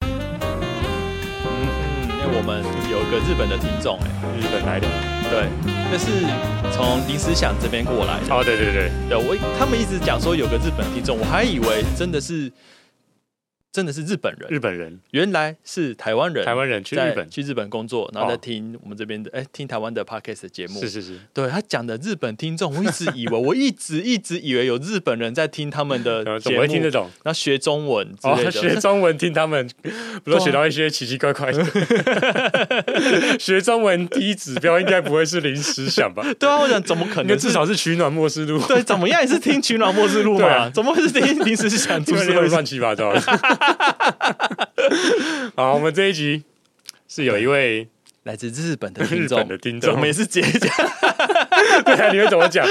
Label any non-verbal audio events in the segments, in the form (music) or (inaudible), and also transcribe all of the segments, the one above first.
嗯我们有个日本的听众，哎，日本来的。对，那是从林思想这边过来的。哦，对对对，对我他们一直讲说有个日本听众，我还以为真的是真的是日本人，日本人，原来是台湾人，台湾人去在日本，去日本工作，然后在哦听我们这边的，哎、听台湾的 podcast 节目。是是是，对他讲的日本听众，我一直以为，我一直一直以为有日本人在听他们的呃， (laughs) 节怎么目，会听得懂？然后学中文之哦类，的。 (laughs) 学中文听他 (laughs) 们，不是学到一些奇奇怪怪的。学中文第一指标应该不会是临时想 (laughs) 吧？对啊，我想怎么可应该能至是？少是取暖末 (laughs) 思路， (laughs) 对，怎么样也是听《取暖末日录》嘛，对啊怎么会是听临时想这出个社就会 (laughs) 乱七八糟的。好，我们这一集是有一 (laughs) 位，来自日本的听日众，本的听对众我们也是结交，对啊，你会怎么 (laughs) 讲？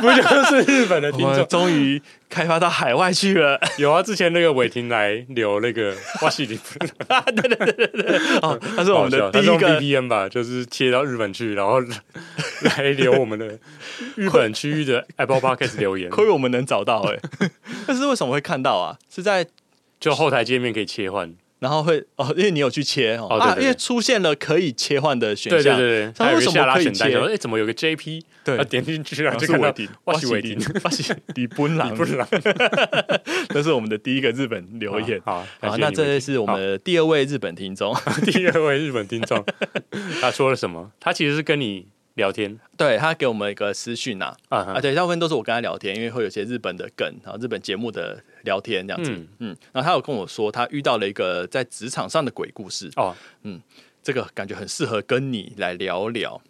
不就是日本的 (laughs) 听我们众？终于开发到海外去 (laughs) 了。有啊，之前那个伟霆来留那个哇西里，哦，他是我们的第他是一用个 VPN 吧，就是切到日本去，然后 (laughs) 来留我们的日本区域的 Apple Podcast 留言，亏我们能找到哎、 (laughs) 但是为什么会看到啊？是在就后台界面可以切换。然后会哦，因为你有去切哦哦对对啊，对因为出现了可以切换的选对对项，对对，他还有为一什个么下拉可以选单，切想说哎，怎么有个 JP？对啊，点进去然后就然看后到是哇我西是伟伟霆霆，， (laughs) 我是李本郎， (laughs) 不是啦，这是我们的第一个日本留言。啊好，感好，谢那你这 (laughs) 位是我们的第二位日本听众，好第二位日本听众， (laughs) 他说了什么？他其实是跟你聊天对他给我们一个私讯呐、(laughs) 啊啊，哈，对，大部分都是我跟他聊天，因为会有些日本的梗，然后日本节目的聊天这样子，嗯嗯，然后他有跟我说他遇到了一个在职场上的鬼故事，哦，这个感觉很适合跟你来聊聊，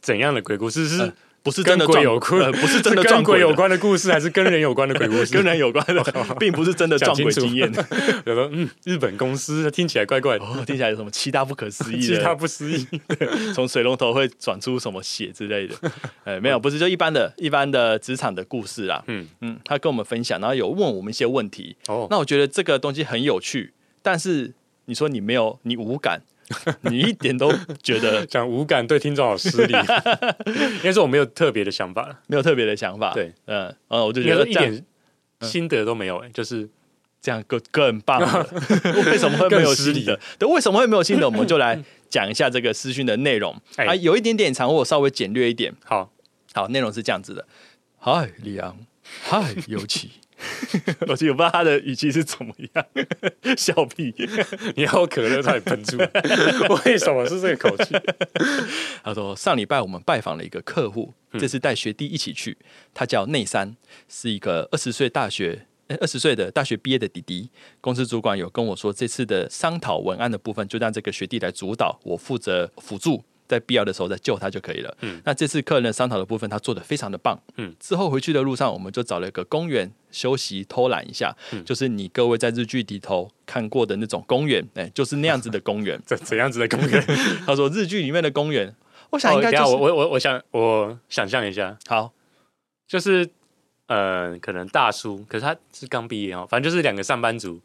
怎样的鬼故事是呃？不是真跟的鬼撞有关、呃不是真的撞跟鬼的有，关的故事，还是跟人有关的鬼故 (laughs) 事？跟人有关 (laughs) 的，并不是真的讲撞清鬼楚经验。有说，嗯，日本公司听起来怪怪的，哦，听起来有什么七大不可思 (laughs) 议其他的，不 (laughs) 思议。从水龙头会转出什么血之 (laughs) 类的，哎，没有，不是就一般的、一般的职场的故事啦。嗯，嗯，他跟我们分享，然后有问我们一些问题，哦，那我觉得这个东西很有趣，但是你说你没有，你无感，你一点都觉得讲无感对听众 (laughs) 好失礼，应该说我没有特别的想法，没有特别的想法。对，嗯，呃，我就应觉该得说一这样嗯点心得都没有、哎，就是这样更更棒了。为什么会没有新更失的？对，为什么会没有新的？我们就来讲一下这个私讯的内容、哎啊，有一点点长，我稍微简略一点。好，好，内容是这样子的：嗨，李昂，嗨，尤其。 (laughs) 我其实我不知道他的语气是怎么样，笑屁。你要我可乐差点 (laughs) 喷出来，为什么是这个口气？他说上礼拜我们拜访了一个客户，嗯这次带学弟一起去，他叫内山，是一个二十岁大学。呃二十岁的大学毕业的弟弟，公司主管有跟我说，这次的商讨文案的部分就让这个学弟来主导，我负责辅助，在必要的时候再救他就可以了。嗯那这次客人的商讨的部分，他做的非常的棒。嗯之后回去的路上，我们就找了一个公园休息偷懒一下，嗯。就是你各位在日剧里头看过的那种公园，哎、就是那样子的公园怎怎样子的公园？他说日剧里面的公园，我想哦应等该一就下是、我我我我想我想象一下，好。就是呃，可能大叔，可是他是刚毕业哦，反正就是两个上班族，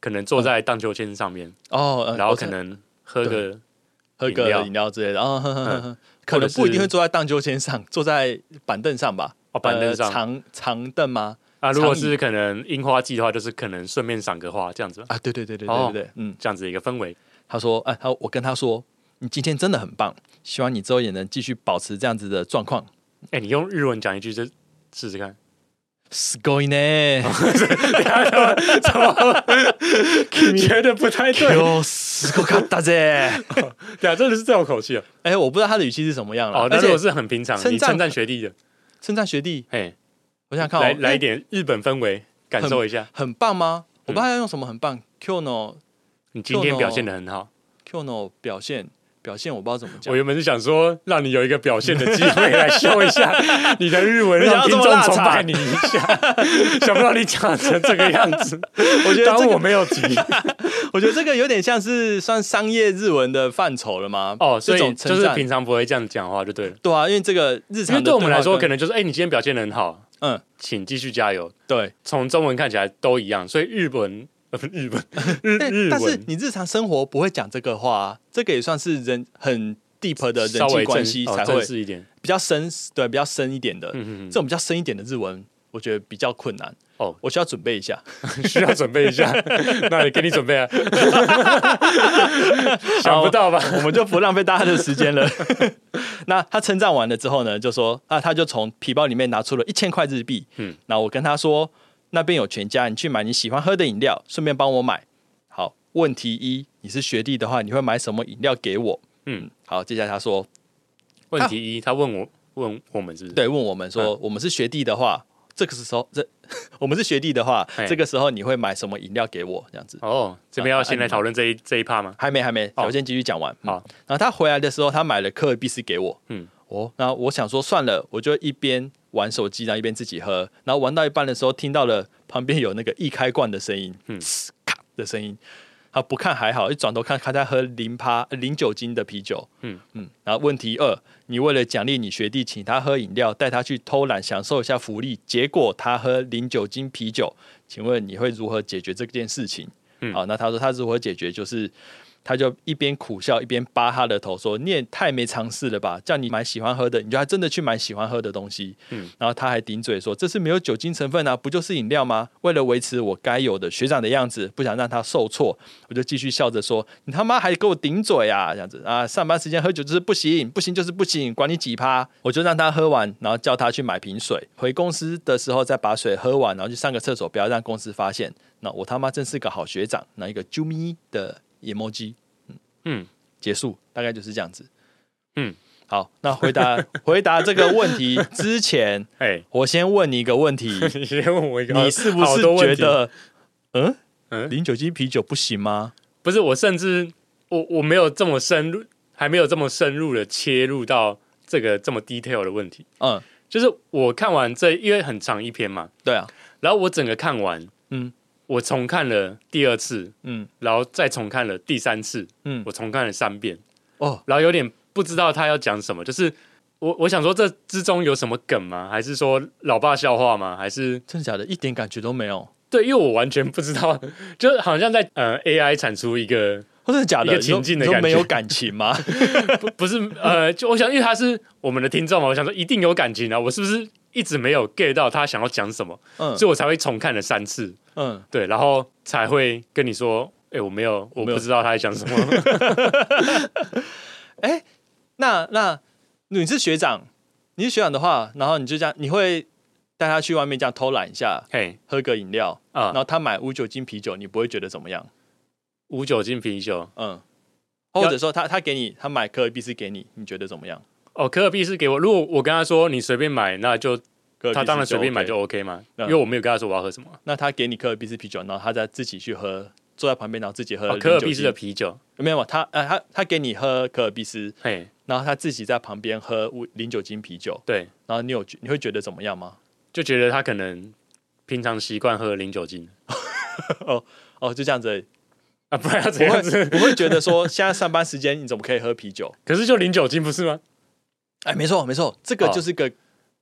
可能坐在荡秋千上面，哦，呃然后我可知能喝个喝饮个料饮料之类的，哦呵呵呵嗯可能或者不一定是会坐在荡秋千上， (laughs) 坐在板凳上吧？哦板凳上呃长长凳吗？啊，如果长是可能樱花季的话，就是可能顺便赏个花这样子吧，啊，对对对对对哦对对，嗯，这样子一个氛围。他说，啊，他我跟他说，你今天真的很棒，希望你之后也能继续保持这样子的状况。哎、你用日文讲一句，这试 (laughs) 试看。すごいね，你觉得不太 (laughs) 对？よすごかったぜ。对啊，真的是这种口气啊。 (laughs) 哎，我不知道他的语气是什么样了哦，，而那如且果是很平常，称你赞称赞学弟的，称赞学弟，哎，我想看哦哎来来一，点日本氛围，感受一下。很棒吗？我不嗯知道他用什么很棒，Q no 你今天表现的很哦好， Q no 表现表现，我不知道怎么讲我。原本是想说让你有一个表现的机 (laughs) 会来秀一下你的日文，没想到这让听么众辣崇茶拜你一下。 (laughs) 想不到你讲成这个样子， (laughs) 我觉得这当个我没 (laughs) 有提。我觉得这个有点像是算商业日文的范畴了吗？哦，所这以种就称是赞，平常不会这样讲话就对了。对啊，因为这个日因常为的对我们来对说，话可跟能就是哎、你今天表现的很好，嗯，请继续加油。对，从中文看起来都一样，所以日本呃不是 (laughs) 日本日但日但是文你日常生活不会讲这个话、啊，这个也算是人很 deep 的人稍际微关正系哦才会正式一点，比较深，对，比较深一点的，嗯嗯这嗯，种比较深一点的日文我觉得比较困难。哦我需要准备一下。需要准备一 (laughs) 下，那也给你准备 (laughs) 啊。想不到吧？ (laughs) 我们就不浪费大家的时间了。 (laughs) 那他称赞完了之后呢，就说啊，他就从皮包里面拿出了一千块日币。嗯，那我跟他说，那边有全家，你去买你喜欢喝的饮料，顺便帮我买。好，问题一，你是学弟的话，你会买什么饮料给我？嗯，好，接下来他说，问题一，他问我问我们是不是？，对，问我们说，我们是学弟的话，这个时候这 (laughs) 我们是学弟的话嘿，这个时候你会买什么饮料给我？这样子。哦，这边要先来讨论这一这一趴吗？哦还没，还没，条件继续讲完。好嗯然后他回来的时候，他买了可尔必斯给我。嗯嗯，哦，那我想说算了，我就一边玩手机，然后一边自己喝。然后玩到一半的时候，听到了旁边有那个易开罐的声音，嗯，咔的声音。他不看还好，一转头看，他在喝零趴呃零酒精的啤酒。嗯嗯嗯。然后问题二，你为了奖励你学弟，请他喝饮料，带他去偷懒，享受一下福利，结果他喝零酒精啤酒，请问你会如何解决这件事情？嗯好，那他说他如何解决，就是他就一边苦笑一边扒他的头说：“你也太没尝试了吧！叫你买喜欢喝的，你就还真的去买喜欢喝的东西。”嗯嗯，然后他还顶嘴说：“这是没有酒精成分啊，不就是饮料吗？”为了维持我该有的学长的样子，不想让他受挫，我就继续笑着说：“你他妈还给我顶嘴啊！”这样子啊，上班时间喝酒就是不行，不行就是不行，管你几趴。我就让他喝完，然后叫他去买瓶水，回公司的时候再把水喝完，然后去上个厕所，不要让公司发现。那我他妈真是个好学长，那一个啾咪的 emoji。嗯，结束，大概就是这样子。嗯，好，那回 (laughs) 答回答这个问题之前，哎，我先问你一个问 (laughs)，题你先问我一个，你是不好是多问觉题得，嗯嗯零酒精啤酒不行吗？不是？我甚至我我没有这么深入，还没有这么深入的切入到这个这么 detail 的问题。嗯，就是我看完这，因为很长一篇嘛，对啊，然后我整个看完，嗯我重看了第二次，嗯然后再重看了第三次，嗯，我重看了三遍，哦，然后有点不知道他要讲什么，就是我我想说这之中有什么梗吗？还是说老爸笑话吗？还是真的假的，一点感觉都没有，对，因为我完全不知道， (laughs) 就好像在呃 AI 产出一个或者假一哦的，个你说情境的你说感觉没有感情吗？ (laughs) 不不是呃，就我想，因为他是我们的听众嘛，我想说一定有感情啊，我是不是一直没有 get 到他想要讲什么，嗯所以我才会重看了三次，嗯，对，然后才会跟你说，哎、我没有，我没有不知道他在讲 (laughs) 什么，哎，那那你是学长，你是学长的话，然后你就这样，你会带他去外面这样偷懒一下，嘿喝个饮料，啊然，后他买无酒精啤酒，你不会觉得怎么样？无酒精啤酒，嗯，要或者说他他给你他买可尔必斯给你，你觉得怎么样？哦，可尔必是给我，如果我跟他说你随便买，那就可尔必斯他当然随便买 OK 就 OK 嘛，因嗯为我没有跟他说我要喝什么，那他给你可尔必斯啤酒，然后他再自己去喝，坐在旁边然后自己喝哦，呃零可尔酒必是的精啤酒，没有他呃他他给你喝可尔必斯，嘿，然后他自己在旁边喝无零酒精啤酒，对，然后你有你会觉得怎么样吗？就觉得他可能平常习惯喝零酒精哦，就这样子而已，啊，不然要怎我样会子？我会觉得说现在上班时间你怎么可以喝啤酒？可是就零酒精不是吗？哎，没哎错没错，这个哦就是个、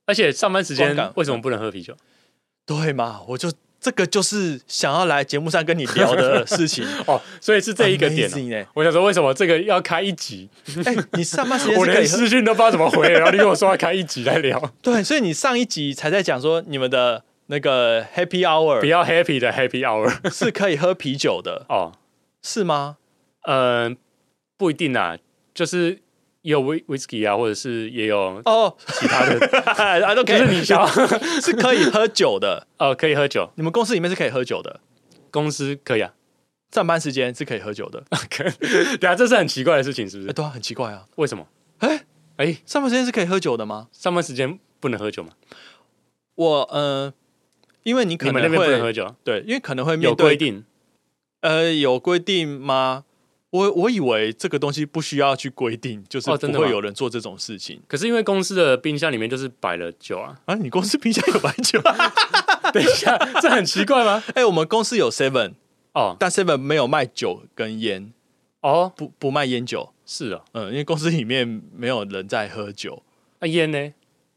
而且上班时间光感为什么不能喝啤酒？对嘛，我就这个就是想要来节目上跟你聊的事情，哦，所以是这一个点、啊。 Amazing 哎、我想说，为什么这个要开一集？哎、你上班时间我是可连以喝私讯都不知道怎么回，然后你跟我说要开一集来聊，对，所以你上一集才在讲说你们的那个 Happy 比 Hour 较 happy 的 happy hour (laughs) 是可以喝啤酒的，哦。是吗？嗯、不一定啊，就是也有 whi- whisky 啊，或者是也有哦， (laughs) 其他的，啊都可就是以，你想要 (laughs) 是可以喝酒的。哦，可以喝酒，你们公司里面是可以喝酒的，公司可以啊。上班时间是可以喝酒的。对啊，这是很奇怪的事情，是不哎，是？对啊，很奇怪啊，为什么？哎哎，上班时间是可以喝酒的吗？上班时间不能喝酒吗？我呃，因为你可你们那能边不能喝会酒，对，因为可能会面有对规定呃，有规定吗？我我以为这个东西不需要去规定，就是哦不真的吗会有人做这种事情。可是因为公司的冰箱里面就是摆了 (laughs) 酒啊，啊，你公司冰箱有白酒？ (laughs) 等一下，这很奇怪吗？哎，我们公司有 Seven，哦但 Seven 没有卖酒跟烟，哦，不不卖烟酒。是哦，嗯，因为公司里面没有人在喝酒，那啊烟呢？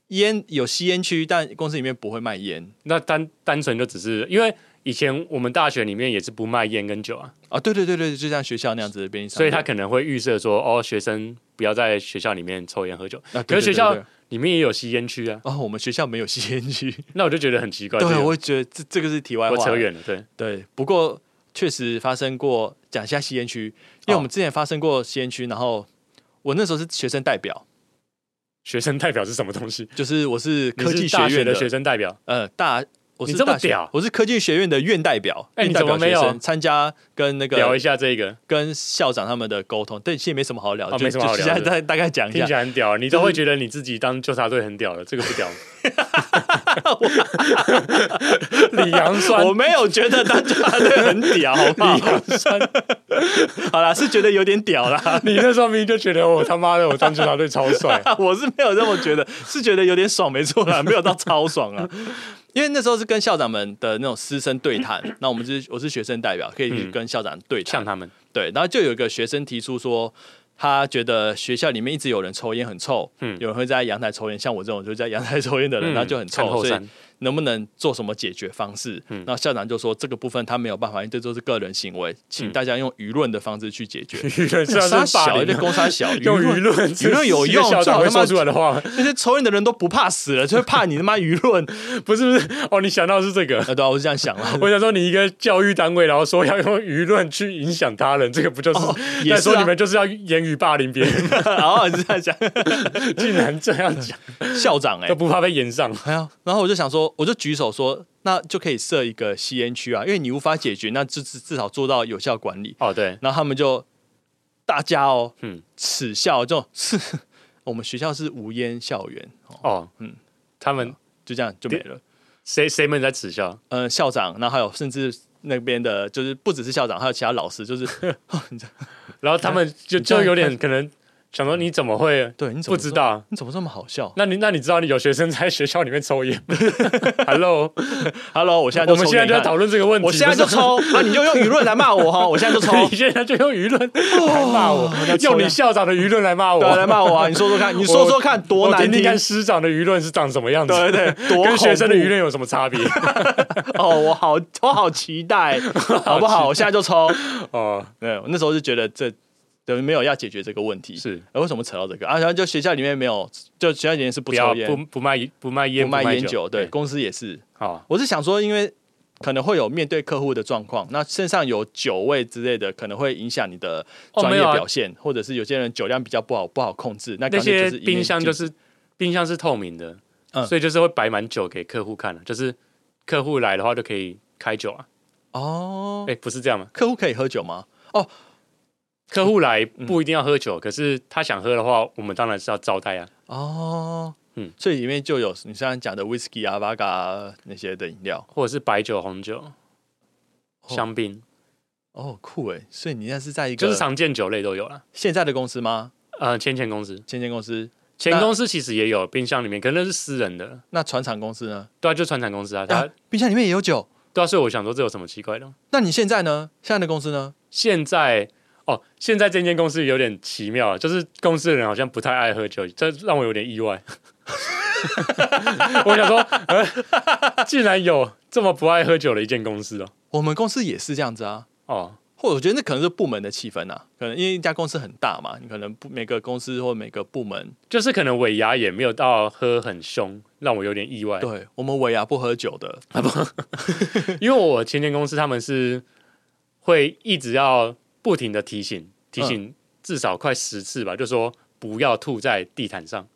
烟有吸烟区，但公司里面不会卖烟那单单纯就只是因为以前我们大学里面也是不卖烟跟酒啊，啊。对对对对，就像学校那样子的便利商所以店，他可能会预设说，哦，学生不要在学校里面抽烟喝酒。啊，对可是学校里面也有吸烟区啊。哦，我们学校没有吸烟区。那我就觉得很奇怪，这对，个我觉得这这个是题外我话。扯远了，对，对，不过确实发生过。讲一下吸烟区，因为我们哦之前发生过吸烟区，然后我那时候是学生代表，学生代表是什么东 (laughs) 西？就是我是你科技是大院学的学生代表，呃，大我是你这么大学屌我是科技学院的院代表，哎院你代怎么表学没有生参加跟那聊个一下这个，跟校长他们的沟通，但其实没什么好聊，哦就没什么好就聊大概大概讲一听下起。来很屌啊，你都会觉得你自己当纠察队很屌了，这个不屌吗？ (laughs) 李阳酸我，没有觉得当家队很屌，好不好？ (laughs) 好啦，是觉得有点屌啦， (laughs) 你那时候明明就觉得我他妈的我当纠察队超帅，我是没有这么觉得，是觉得有点爽，没错啦，没有到超爽啊。因为那时候是跟校长们的那种师生对谈，那我们是我是学生代表，可以嗯去跟校长对谈 (laughs) 像。他 (laughs) 们，对，然后就有一个学生提出说，他觉得学校里面一直有人抽烟很臭，嗯有人会在阳台抽烟，像我这种就在阳台抽烟的人，嗯那就很看臭，后所以山能不能做什么解决方式？嗯然后校长就说这个部分他没有办法，因为这都是个人行为，请嗯大家用舆论的方式去解决。 (laughs) 舆论虽杀然是霸小，这凌啊，攻杀小， (laughs) 用舆论。论舆论有用校最长好会他妈说出来的话吗， (laughs) 那些抽烟的人都不怕死了，就会怕你他妈舆论。不是不 (laughs) 是哦，你想到的是这个。呃，对啊，我是这样想 (laughs) 啦。我想说，你一个教育单位，然后说要用舆论去影响他人，这个不就是、哦也在是说啊你们就是要言语霸凌别人？ (laughs) 然哦后是这样想，竟然这样讲， (laughs) 校长哎、都不怕被延上？哎呀，然后我就想说，我就举手说，那就可以设一个吸烟区啊，因为你无法解决，那至至至少做到有效管理。哦，对，然后他们就大家哦，嗯耻笑，这种是 (laughs) 我们学校是无烟校园，哦哦，嗯嗯，他们就这样就没了。谁谁们在耻笑？呃，校长，然后还有甚至那边的，就是不只是校长，还有其他老师，就是 (laughs) 你知道然后他们就你这样就有点可能想说，你怎么会对，你怎不么知这？道？你怎么这么好笑那你那你知道你有学生在学校里面 (laughs) 抽烟吗？Hello， ？Hello，我现在就我们抽现给在你就在看讨论这个问题。我现在就不是吗， (laughs) 抽，啊，你就用舆论来骂我哈，我现在就抽，哦你现在就用舆论来骂我，抽用烟你校长的舆论来骂我对，，来骂我啊！你说说看，你说说看，多我难听听听看师长的舆论是长什么样子，对 (laughs) 对，多跟学生的舆恐论有什么差别？怖 (laughs) 哦，我好我好期待，好不好？我现在就抽。 (laughs) 哦，对，我那时候就觉得这等于没有要解决这个问题， (laughs) 是呃为什么扯到这个啊？然后就学校里面没有，就学校里面是不不要抽烟、不不卖不卖烟不卖烟酒，对，，公司也是。好，我是想说，因为可能会有面对客户的状况，那身上有酒味之类的，可能会影响你的哦专没业有啊表现，或者是有些人酒量比较不好，不好控制，那那干脆些就是一面冰箱禁就止是冰箱是透明的，嗯所以就是会摆满酒给客户看了，啊就是客户来的话就可以开酒啊。哦，哎，不是这样吗？客户可以喝酒吗？客户来不一定要喝酒，可是他想喝的话，我们当然是要招待啊。哦，嗯嗯，所以里面就有你刚刚讲的 whisky 啊、v 嘎那些的饮料。或者是白酒、红酒、香槟，哦，酷诶！所以你那是在一个就是常见酒类都有啦。现在的公司吗？呃，前前公司，签签公司？前那公司其实也有冰箱里面，可能那是私人的，那船厂公司呢？对啊，就船产公司啊，他啊，冰箱里面也有酒。对啊，所以我想说这有什么奇怪的？那你现在呢？现在的公司呢？现在哦，现在这间公司有点奇妙啊，就是公司的人好像不太爱喝酒，这让我有点意外。 (laughs) 我想说，呃，竟然有这么不爱喝酒的一间公司哦，我们公司也是这样子啊。哦，或者我觉得那可能是部门的气氛啊，可能因为一家公司很大嘛，你可能不每个公司或每个部门，就是可能尾牙也没有到喝很凶，让我有点意外。对我们尾牙不喝酒的，因为我前间公司他们是会一直要不停的提醒，提嗯醒至少快十次吧，就说不要吐在地毯上，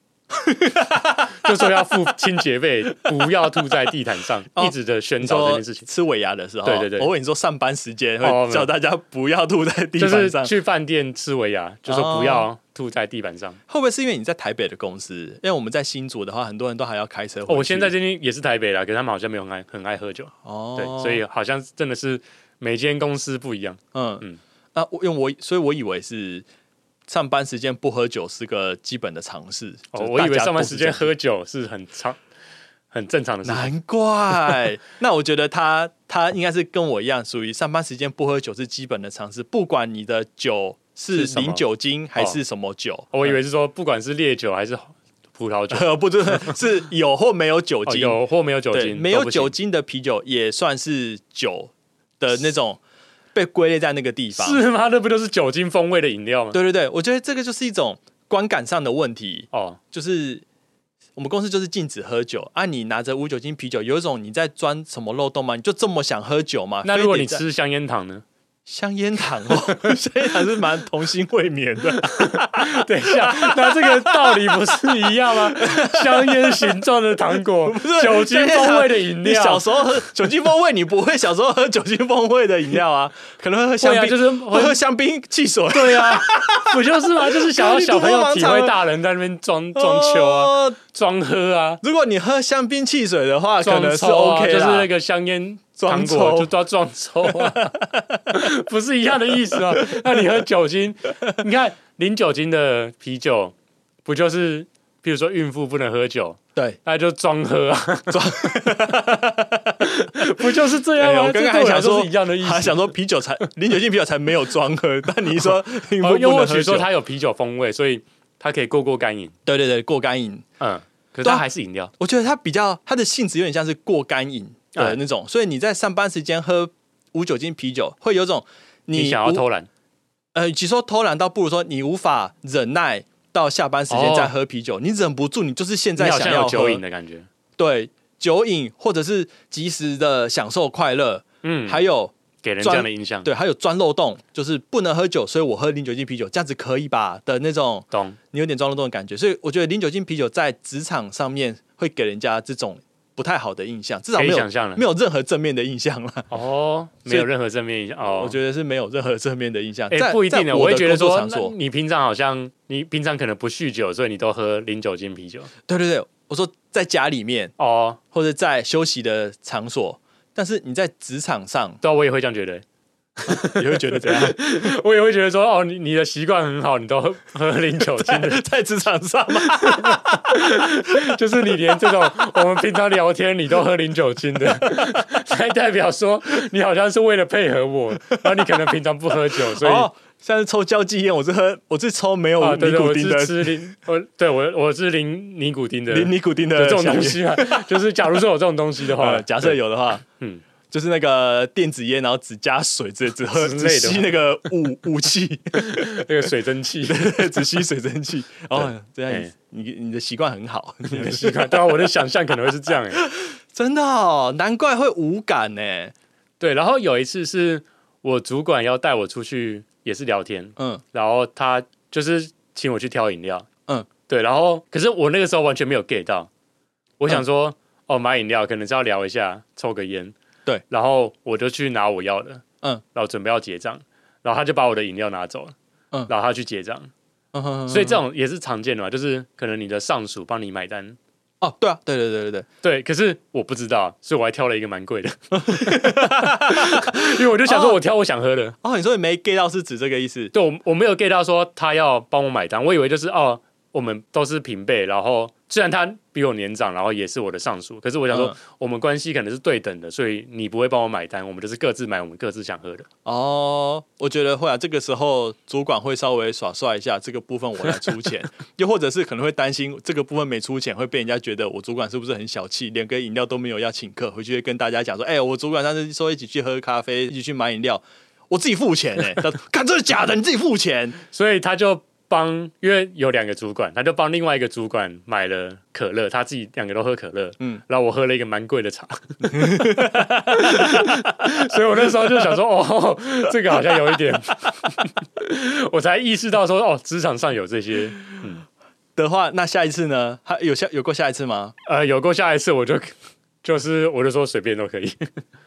(laughs) 就说要付清洁费，不要吐在地毯上，哦一直的宣你导这说件事情。吃尾牙的时候，对对对我问你说上班时间哦没会有叫大家不要吐在地就板是上，去饭店吃尾牙，就说不要吐在地板上。哦会不会是因为你在台北的公司？因为我们在新竹的话，很多人都还要开哦车回去。哦我现在这边也是台北啦，可是他们好像没有很爱很爱喝酒，哦，对，所以好像真的是每间公司不一样。嗯嗯嗯，那我因为我所以我以为是上班时间不喝酒是个基本的常识。哦，就是我以为大家上班都是时这间样，喝酒是很常很正常的事情。难怪。 (laughs) 那我觉得他他应该是跟我一样，属于上班时间不喝酒是基本的常识，不管你的酒是是什么零酒精还是什么酒，哦我以为是说，不管是烈酒还是葡 (laughs) 萄酒，呃不 (laughs) 是是有或呃没有酒哦、精，有或没有酒对，精，没有都不行酒精的啤酒也算是酒的那种被归类在那个地方。是吗？那不就是酒精风味的饮料吗？对对对，我觉得这个就是一种观感上的问题，哦，就是我们公司就是禁止喝酒啊！你拿着无酒精啤酒，有一种你在钻什么漏洞吗？你就这么想喝酒吗？那如果你非得在吃香烟糖呢？ (laughs) 香烟糖 (laughs) 哦，香烟糖是蛮童心未泯的。 (laughs) 等一下，那这个道理不是一 (laughs) 样吗？香烟形状的糖果，酒精风味的饮你小料，时候喝酒精风味，你不会小时候喝酒精风味的饮料啊？可能会喝香对槟，啊，就是会喝香槟汽水。对啊，不就是吗？就是想要小朋友体会大人在那边装装球啊，哦装喝啊，如果你喝香槟汽水的话，可装能是抽啊 OK 就是那啦。个香烟装糖果抽就叫装抽啊， (laughs) 不是一样的意思吗？那你喝 (laughs) 酒精，你看零酒精的啤酒，不就是譬如说孕妇不能喝酒，对，那就装喝啊，装， (laughs) 不就是这样哎吗？呀我刚刚这对还来想说说是一样的意思，啊还想说啤酒才 (laughs) 零酒精啤酒才没有装喝， (laughs) 但你一说孕妇哦，又不或能许喝说酒，它有啤酒风味，所以它可以过过干瘾，对对对，过干瘾。嗯，可是对啊它还是饮料，我觉得它比较它的性质有点像是过干瘾哎的那种，所以你在上班时间喝无酒精啤酒，会有种你你想要无偷懒，呃，与其说偷懒，倒不如说你无法忍耐到下班时间再喝啤酒，你忍不住，你就是现哦你在好想像要有酒喝瘾的感觉，对酒瘾，或者是及时的享受快乐，嗯，还有给人这专样的印象，对，还有钻漏洞，就是不能喝酒，所以我喝零酒精啤酒，这样子可以吧的那种，懂。你有点钻漏洞的感觉，所以我觉得零酒精啤酒在职场上面会给人家这种不太好的印象，至少可以没有想象了啊没有任何正面的印象了。哦，没所以有任何正面影响哦。我觉得是没有任何正面的印象，哎、在不一定在的，我会的觉得工作说，场那所你平常好像你平常可能不酗酒，所以你都喝零酒精啤酒对对对，我说在家里面哦。或者在休息的场所，但是你在职场上对啊，我也会这样觉得，也会觉得怎样？ (laughs) 我也会觉得说，哦，你你的习惯很好，你都喝 (laughs) 喝零酒精 (laughs) 的，在职场上吗？就是你连这种我们平常聊天你都喝零酒精 (laughs) 的，才代表说你好像是为了配合我，然后你可能平常不喝酒，所以。哦，像是抽交际烟，我是喝，我是抽没有啊，对尼对，古我丁是的，吃零，我对我我是零 (laughs) 尼古丁的， (laughs) 零尼古丁有的这种东香烟。西啊，就是假如说有这种东西 (laughs) 的话，呃，假设有的话，嗯嗯。就是那个电子烟，然后只加水，只只喝 (laughs) 之类只的吸那个雾雾 (laughs) 气，对那个水蒸气只吸水蒸气。哦，这样哎你你你的习惯很好，你的习惯，当啊然我的想象可能会是这样哎。 (laughs) 真的哦，难怪会无感呢。对，然后有一次是我主管要带我出去，也是聊天，嗯，然后他就是请我去挑饮料，嗯，对，然后可是我那个时候完全没有 get 到，我想说、哦买饮料可能是要聊一下，抽个烟，对，然后我就去拿我要的，嗯，然后准备要结账，然后他就把我的饮料拿走了，嗯然后他去结账，所所以这种也是常见的嘛，就是可能你的上属帮你买单，哦，对啊，对对对对对，对，可是我不知道，所以我还挑了一个蛮贵的，因为我就想说，我挑我想喝的。哦，你说你没 get 到是指这个意思？对，我我没有 get 到说他要帮我买单，我以为就是哦，我们都是平辈，然后虽然他比我年长，然后也是我的上属，可是我想说，嗯我们关系可能是对等的，所以你不会帮我买单，我们就是各自买我们各自想喝的。哦，我觉得会啊，这个时候主管会稍微耍帅一下，这个部分我来出钱，又或者是可能会担心这个部分没出钱会被人家觉得我主管是不是很小气，连个饮料都没有要请客，回去会跟大家讲说，哎、我主管上次说一起去喝咖啡，一起去买饮料，我自己付钱哎、欸，他说看这是假的，你自己付钱，所以他就帮，因为有两个主管，他就帮另外一个主管买了可乐，他自己两个都喝可乐，嗯嗯，然后我喝了一个蛮贵的茶， (laughs) 所以我那时候就想说，哦，这个好像有一点， (laughs) 我才意识到说，哦，职场上有这些，的话，那下一次呢？还有下有过下一次吗？呃，有过下一次我就就是我就说随便都可以，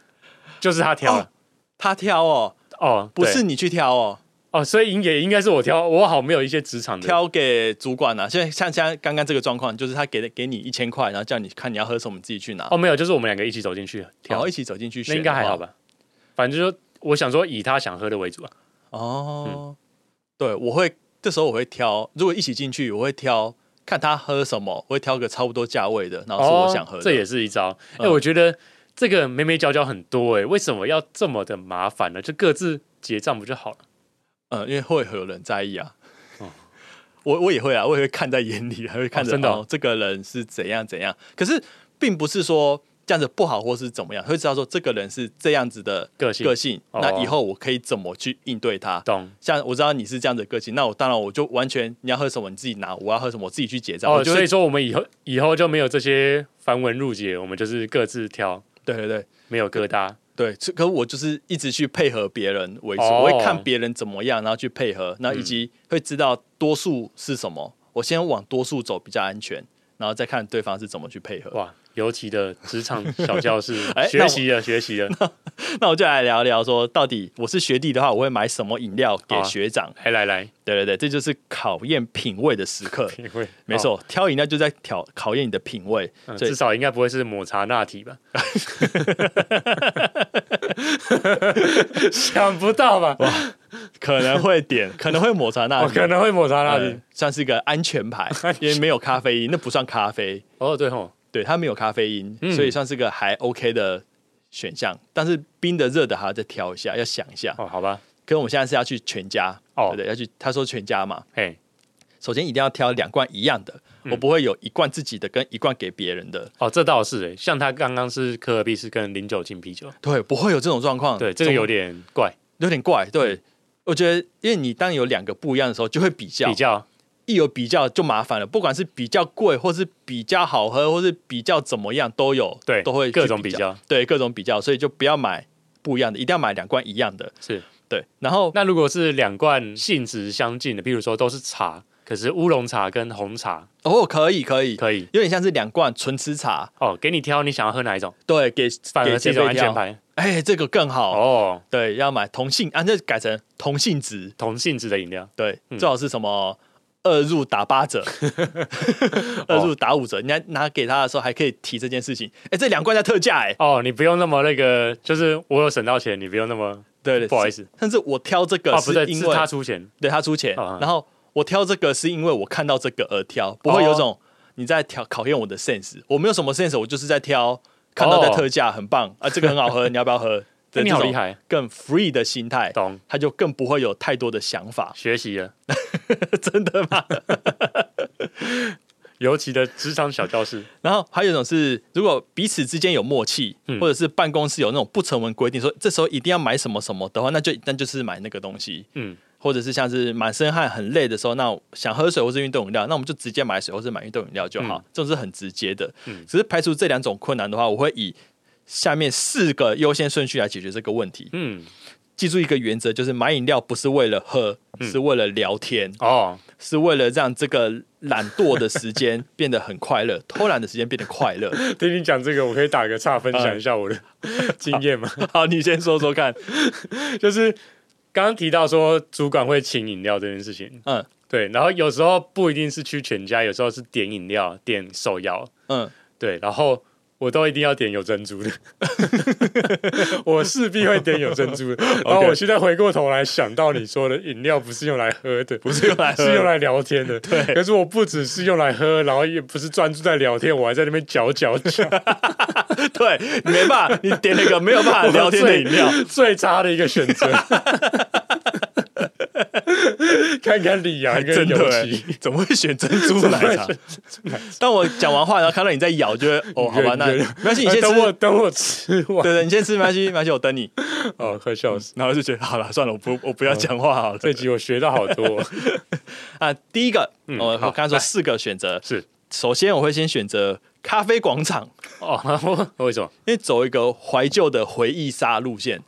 (laughs) 就是他挑了，他挑哦，哦，不对是你去挑哦，哦，所以应也应该是我挑，我好没有一些职场的挑给主管啊。现在像像刚刚这个状况，就是他给给你一千块，然后叫你看你要喝什么，你自己去拿。哦，没有，就是我们两个一起走进去然挑后一起走进去选，那应该还好？吧？反正就说我想说以他想喝的为主啊。嗯哦，对，我会这时候我会挑，如果一起进去，我会挑看他喝什么，我会挑个差不多价位的，哦然后是我想喝的。哦这也是一招。哎、嗯我觉得这个眉眉角角很多哎、为什么要这么的麻烦呢？就各自结账不就好了？嗯，因为会有人在意啊。哦 (laughs) 我我也会啊，我也会看在眼里，还会看着、哦真的哦这个人是怎样怎样。可是并不是说这样子不好，或是怎么样，会知道说这个人是这样子的个性个性，哦那以后我可以怎么去应对他。懂。像我知道你是这样子的个性，那我当然我就完全你要喝什么你自己拿，我要喝什么我自己去结账。哦，我就所会以说我们以后以后就没有这些繁文缛节，我们就是各自挑，对对对没有疙瘩。对，是可我就是一直去配合别人为主，哦我会看别人怎么样，然后去配合，那以及会知道多数是什么，我先往多数走比较安全，然后再看对方是怎么去配合。哇，尤其的职场小教室 (laughs) 哎，那学我习了，学习了，那我就来聊聊说，到底我是学弟的话，我会买什么饮料给好啊学长？来来来，对对对，这就是考验品味的时刻。品味没，哦错，挑饮料就在挑考验你的品味。嗯所以至少应该不会是抹茶拿体吧？ (laughs) 想不到吧？可能会点，可能会抹茶拿我铁，可能会抹茶拿呃体。算是一个安全牌，因为没有咖啡因，那不算咖啡，哦，对吼，对，它没有咖啡因，嗯所以算是个还 OK 的选项。但是冰的、热的还要再挑一下，要想一下。哦，好吧，可是我们现在是要去全家，哦对不对，要去他说全家嘛，嘿，首先一定要挑两罐一样的，嗯我不会有一罐自己的跟一罐给别人的，哦，这倒是诶，像他刚刚是科尔必是跟零酒精啤酒，对，不会有这种状况。对，这个有点嗯怪，有点怪，对。我觉得，因为你当有两个不一样的时候，就会比较，比较一有比较就麻烦了。不管是比较贵，或是比较好喝，或是比较怎么样，都有，对都会去各种比比较较，对，各种比较，所以就不要买不一样的，一定要买两罐一样的，是。对。然后那如果是两罐性质相近的，譬如说都是茶，可是乌龙茶跟红茶哦，可以，可以，可以有点像是两罐纯吃茶，哦，给你挑你想要喝哪一种，对，给反给而是一种前辈安全挑，牌哎，这个更好，哦。对，要买同性，啊，那改成同性质，同性质的饮料对，嗯最好是什么二入打八 (laughs) 折，二哦入打五折，你还拿给他的时候还可以提这件事情。哎、这两罐在特价哎、哦，你不用那么那个，就是我有省到钱，你不用那么对对，不好意思是，但是我挑这个哦，是不对，因是为、他出钱对他出钱，哦嗯然后我挑这个是因为我看到这个而挑，不会有哦种你在挑考验我的 sense，我没有什么 sense，我就是在挑看到在特价、很棒啊，这个很好 (laughs) 喝，你要不要喝？那哦哎你这好种厉害更 free 的心态，懂他就更不会有太多的想法。 (laughs) 学习了，真的吗？尤其的职场小教室，然后还有一种是，如果彼此之间有默契，嗯或者是办公室有那种不成文规定，说这时候一定要买什么什么的话，那就那就是买那个东西，嗯，或者是像是满身汗很累的时候，那想喝水或是运动饮料，那我们就直接买水或是买运动饮料就好，这种是很直接的。只是排除这两种困难的话，我会以下面四个优先顺序来解决这个问题。嗯，记住一个原则，就是买饮料不是为了喝，是为了聊天。哦，是为了让这个懒惰的时间 (laughs) 变得很快乐，偷懒的时间变得快 (laughs) 乐。听你讲这个，我可以打个岔，分享一下 (laughs) 我的经验吗？好，你先说说看。 (laughs) 就是刚刚提到说主管会请饮料这件事情，嗯对，然后有时候不一定是去全家，有时候是点饮料、点手摇，嗯，对，然后我都一定要点有珍珠的， (laughs) 我势必会点有珍珠的。然后我现在回过头来想到你说的，饮料不是用来喝的，不是用来喝是用来聊天的。对，可是我不只是用来喝，然后也不是专注在聊天，我还在那边嚼嚼嚼。 (laughs) 对，你没办法，你点了一个没有办法 (laughs) 聊天的饮 (laughs) 料。最最差的一个选择。看看李阳跟真的尤欸其，怎么会选珍珠奶 (laughs) (laughs) 茶？当我讲完话，然后看到你在咬，就会哦，好吧， (laughs) 那没远远关系，你先吃。呃哎等我对等我吃完，对，你先吃，没关系，没关系，我等你。哦，快笑死！然后就觉得好了，算了，我不，我不要讲话好了。这集我学到好 (laughs) 多，啊，第一个，嗯我我好刚才说四个选择，是首先我会先选择咖啡广场，哦， (laughs) 为什么？因为走一个怀旧的回忆杀路线。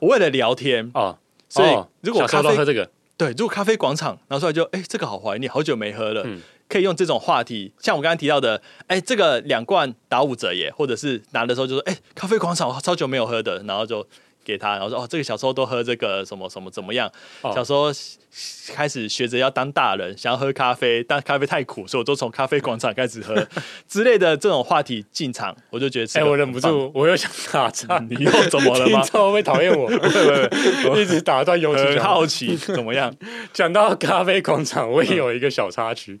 我为了聊天，哦，所以哦如果小时候咖啡都喝这个，对，如果咖啡广场拿出来就，哎，这个好怀念，好久没喝了，嗯可以用这种话题，像我刚刚提到的，哎，这个两罐打五折耶，或者是拿的时候就说，哎，咖啡广场我超久没有喝的，然后就给他，然后说，哦，这个小时候都喝这个什么什么怎么样，哦小时候开始学着要当大人，想要喝咖啡，但咖啡太苦，所以我都从咖啡广场开始喝之类的这种话题进场，我就觉得，哎，我忍不，住，我又想打 (laughs) 岔，你又怎么了听吗？众会讨厌 (laughs) 我， (laughs) 一直打断尤其很讲。好奇，怎么样？讲到咖啡广场，我也有一个小插曲，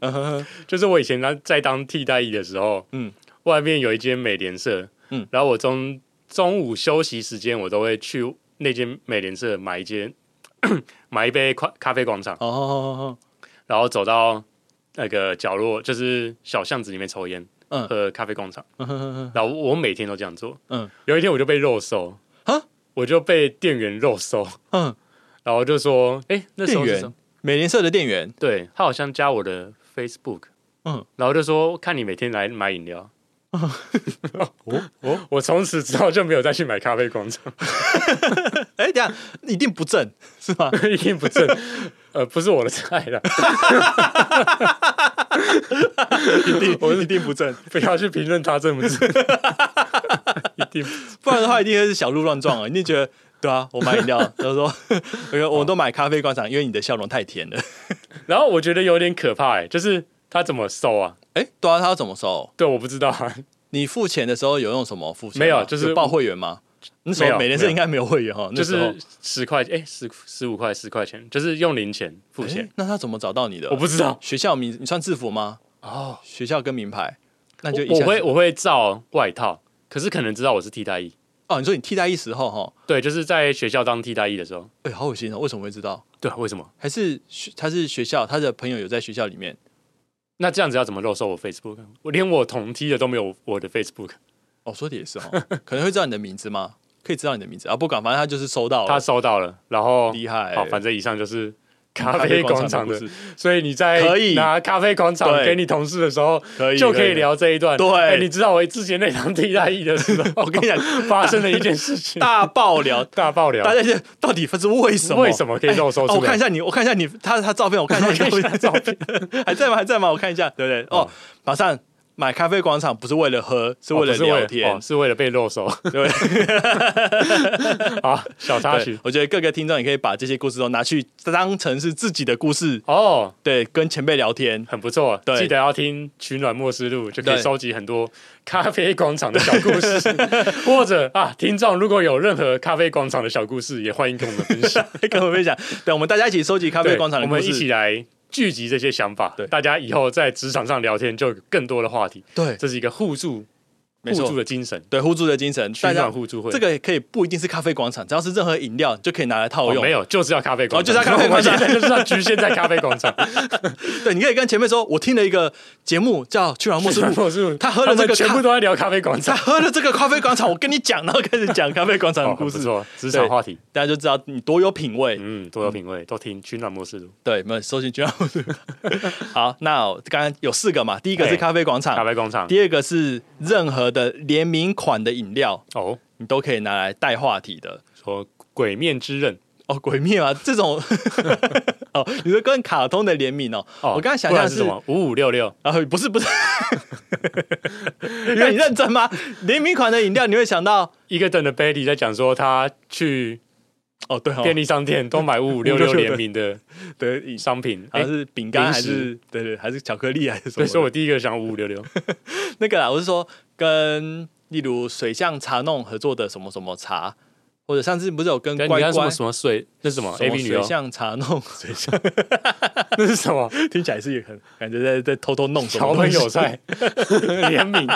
就是我以前当在当替代役的时候，嗯嗯，外面有一间美联社，嗯嗯，然后我中中午休息时间，我都会去那间美联社买一间 (clears throat) 买一杯咖咖啡广场，哦，然后走到那个角落，就是小巷子里面抽烟，嗯和咖啡工厂，嗯哼哼哼然后我每天都这样做。嗯有一天我就被肉搜啊，我就被店员肉搜，嗯，然后就说，哎、那时店候是什员么？，美联社的店员，对他好像加我的 Facebook，嗯，哦然后就说看你每天来买饮料。 (laughs) 我我我从此之后就没有再去买咖啡工厂，哎，等一下一定不正是吧？ (laughs) 一定不正，呃，不是我的菜了，一定，我一定不正，不要去评论他正不 (laughs) 正，一定不不然的话一定会是小鹿乱撞啊！一定觉得对啊，我买 (laughs) 饮料，他说 (laughs) 我说我都买咖啡观赏，因为你的笑容太甜了。 (laughs) 然后我觉得有点可怕、欸，就是他怎么收啊？哎，对啊，他要怎么收？对，我不知道、啊，你付钱的时候有用什么付钱吗？没有就是报会员吗？那时没候有美联社应该没有会员哈，就 (laughs) 那时候是十块，哎、十十五块，十块钱，就是用零钱付钱。哎那他怎么找到你的？我不知道学校名，你穿制服吗？哦，学校跟名牌，那就一我我下会子我会照外套，可是可能知道我是替代役。哦，你说你替代役时候哈，对，就是在学校当替代役的时候。哎，好恶心哦！为什么会知道？对，为什么？还是学他是学校，他的朋友有在学校里面，那这样子要怎么漏收我 Facebook？我连我同梯的都没有我的 Facebook，哦，说的也是哦，可能会知道你的名字吗？可以知道你的名字啊，不管，反正他就是收到了，他收到了，然哦后厉害欸好，反正以上就是咖咖啡广场故的事，所以你在可以拿咖啡广场对给你同事的时候，可以就可以。聊这一段。对哎你知道我之前那堂替代役的时候， (laughs) 我跟你讲，发生了一件事情，大爆聊， (laughs) 大爆料大。家就到底是为什么？为什么可以肉收哦出我来？看一下你，我看一下你，他他照片，我看一下你看一下照片，嗯还在吗？还在吗？我看一下，对不对？哦，马上买咖啡广场不是为了喝，是为哦了不是聊哦天，是为了被肉收。对不对？ (laughs) 好，小插对曲我觉得各个听众也可以把这些故事都拿去当成是自己的故事，哦，对，跟前辈聊天。 (laughs) 很不错。对记得要听《取暖莫思录》，就可以对收集很多咖啡广场的小故 (laughs) 事。或者啊，听众如果有任何咖啡广场的小故事，也欢迎跟我们分享。跟我们分享，对，我们大家一起收集 (laughs) 咖啡对广场的我故们事，一起来聚集这些想法对，大家以后在职场上聊天就有更多的话题。对这是一个互助没互错助的精神，对互助的精神，取大家暖互助会。这个也可以不一定是咖啡广场，只要是任何饮料就可以拿来套哦用。没有，就是要咖啡广哦场，就是要咖啡广场 (laughs) 我们现在就是要局限在咖啡广场。对，你可以跟前辈说，我听了一个节目叫《 (laughs) 去 (laughs) 玩莫斯然路后》，是他喝了这们个全咖部都在聊咖啡广 (laughs) 他场，喝了这个咖啡广场，我跟你讲，然后开始讲咖啡广场的 (laughs) 哦故很不 (laughs) 事，错，职场话题，大家就知道你多有品味。嗯，多有品味，都听取暖模式录对，没有搜寻去玩莫斯 (laughs) 路。好，那我刚刚有四个嘛，第一个是哎咖啡广咖场，啡广场。啊第二个是任何的联名款的饮料，哦，你都可以拿来带话题的。说《鬼面之刃》哦，鬼灭啊，这种哦，你说跟卡通的联名哦，哦，我刚才想不然象是是什么？五五六六啊，不是不是， (laughs) 你认真吗？联名款的饮料你会想到一个等的 Betty 在讲说他去哦，对哦，便利商店都买五五六六556联名的的饮商品，好哎像，是饼干零还食是对对还是巧克力还是什所以说么我第一个想五五六六，的？那个啦，我是说跟例如水象茶弄合作的什么什么茶，或者上次不是有跟但 (laughs) 乖你看乖什么什么水，那是什么什 A 么 B 女哦水优，象茶弄，水象 (laughs) 那是什么听起来是很感觉在在偷偷弄什么桥东本西有菜 (laughs) 联名，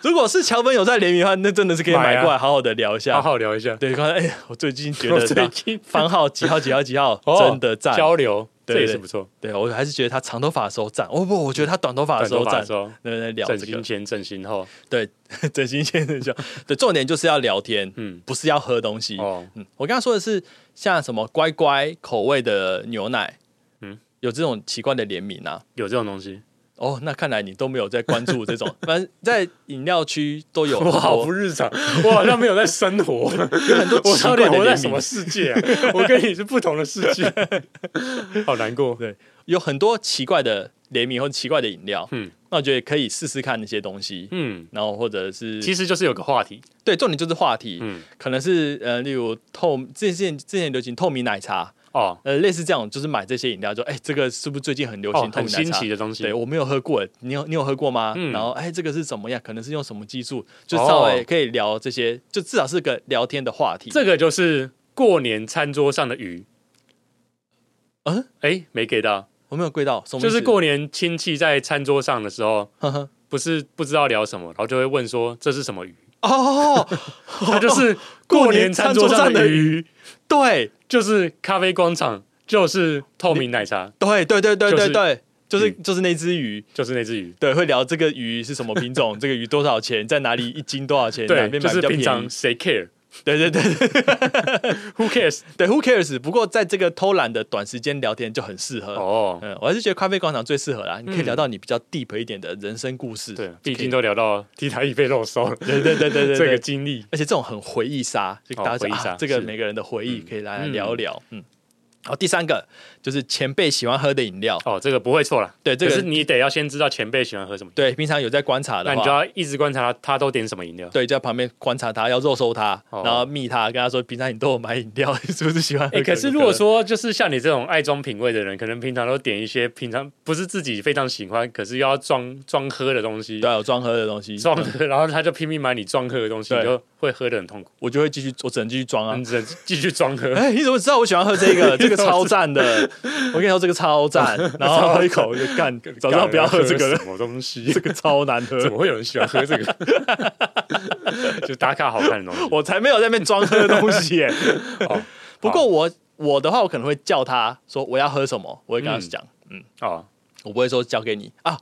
如果是桥本有在联名的话，那真的是可以买啊买过来好好的聊一下。 (laughs) 好好聊一下。对，刚才哎，我最近觉 (laughs) 我得最他近番号几号几号几号哦真的赞，交流，对这也对是不错。对我还是觉得他长头发的时候赞，哦不，我觉得他短头发的时候短赞头发的时候，对对，聊整这形个前、整形后，对 (laughs) 整形先生就对，重点就是要聊天，嗯，不是要喝东西。哦，嗯，我刚刚说的是像什么乖乖口味的牛奶，嗯嗯，有这种奇怪的联名啊。有这种东西，哦，那看来你都没有在关注这种， (laughs) 反正在饮料区都有 (laughs) 我很好不多日常，我好像没有在生活，很多我奇到底怪的活在联什名么，世界啊？我跟你是不同的世 (laughs) 界，好难过。有很多奇怪的联名或奇怪的饮料。嗯嗯，那我觉得可以试试看那些东西，嗯，然后或者是其实就是有个话题，对，重点就是话题，嗯，可能是呃，例如透之前之前流行透明奶茶，哦呃，类似这种，就是买这些饮料，就哎、这个是不是最近很流哦行，透很明奶新茶？奇的东西对，我没有喝过，你有你有喝过吗？嗯然后哎、这个是怎么样？可能是用什么技术？就哦稍微可以聊这些，就至少是个聊天的话题。这个就是过年餐桌上的鱼。嗯，哎，没给到，我没有归到，什么意就思是过年亲戚在餐桌上的时候，呵呵不是不知道聊什么，然后就会问说这是 (laughs) 什么鱼，哦，它就是 (laughs) 过年餐桌上的鱼，对就是咖啡广场，就是透明奶茶， (laughs) 对对对对对对，就是就是那只鱼，就是那只鱼。对，会聊这个鱼是什么品种，这个鱼多少钱，在哪里一斤多少钱，哪对，边就买比是较平便常宜。谁 care？Who 对对对对 cares？对，Who cares？不过在这个偷懒的短时间聊天就很适合。哦，嗯，我还是觉得咖啡广场最适合啦，你可以嗯聊到你比较 deep 一点的人生故事。对，毕竟都聊到提台一被肉收了 (laughs) 对对对对对， (laughs) 这个对，经历，而且这种很回忆杀，就哦大家回忆说杀啊，这个是每个人的回忆可以来嗯聊一聊。嗯，好，第三个就是前辈喜欢喝的饮料，哦，这个不会错啦。对这可是个你得要先知道前辈喜欢喝什么，对，平常有在观察那的你就话。要一直观察他，他都点什么饮料。对，在旁边观察他，要肉搜他，哦然后密他，跟他说，平常你都有买饮料， (laughs) 你是不是喜 (laughs) 欢喝哎、可口可乐？可是如果说就是像你这种爱装品味的人，可能平常都点一些平常不是自己非常喜欢，可是又要装装喝的东西对，啊有装喝的东西，装喝，然后他就拼命买你装喝的东西，对你就会喝的很痛苦，我就会继续，我只能继续装啊。你只能继续装喝。哎、你怎么知道我喜欢喝这 (laughs) 个？这个超赞的，我跟你说这个超赞。然后喝一口就 (laughs) 干， (laughs) 早知道不要喝这个了，什么东 (laughs) 西这，个超难喝。 (laughs) 怎么会有人喜欢 (laughs) 喝这个？就打卡好看的东西。我才没有在那边装喝东西 (laughs) 耶、哦不过我我的话，我可能会叫他说我要喝什么，我会跟他讲，哦，我不会说交给你啊。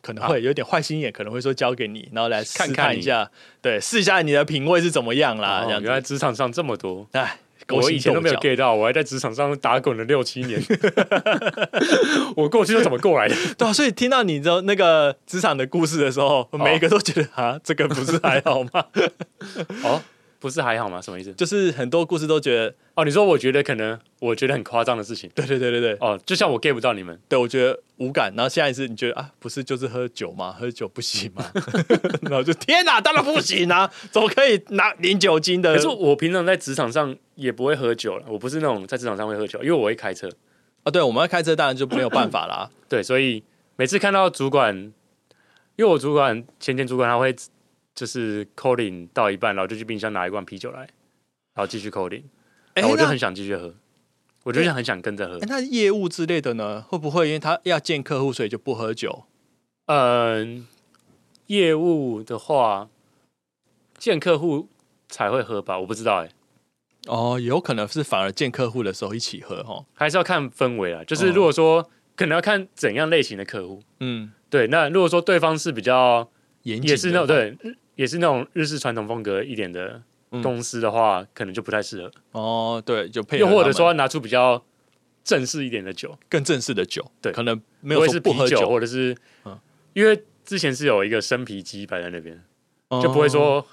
可能会有点坏心眼，可能会说交给你，然后来试啊看看看一下，对，试一下你的品味是怎么样啦，哦啊这样原来子。职场上这么多，哎，勾我心以前斗都没有角 get 到，我还在职场上打滚了六七 (laughs) 年。我过去是怎么过来的？对啊，所以听到你的那个职场的故事的时候，每一个都觉得啊，这个不是还好 (laughs) 吗？哦，不是还好吗？什么意思？就是很多故事都觉得，哦，你说我觉得可能，我觉得很夸张的事情。 (laughs) 对对对对对，哦，就像我 get 不到你们，对我觉得无感。然后下一次你觉得啊，不是就是喝酒吗？喝酒不行吗？ (laughs) 然后就天哪，当然不行啊，怎么可以拿零酒精的？可是我平常在职场上也不会喝酒了，我不是那种在职场上会喝酒，因为我会开车，啊，对，我们要开车当然就没有办法啦。对，所以每次看到主管，因为我主管前前主管他会就是 calling 到一半，然后就去冰箱拿一罐啤酒来，然后继续 calling，哎、然后我就那很想继续喝，我就很想跟着喝哎，那业务之类的呢，会不会因为他要见客户，所以就不喝酒？嗯，业务的话，见客户才会喝吧，我不知道哎、哦，有可能是反而见客户的时候一起喝哦。还是要看氛围啦。就是哦如果说、可能要看怎样类型的客户，嗯，对，那如果说对方是比较严谨也是那种的话对，日也是那种日式传统风格一点的嗯公司的话，可能就不太适合。哦，对，就配合又或他者们说拿出比较正式一点的酒，更正式的酒，对可能没没有是说不啤喝或者是、嗯因为之前是有一个生啤机摆在那边，哦就不会说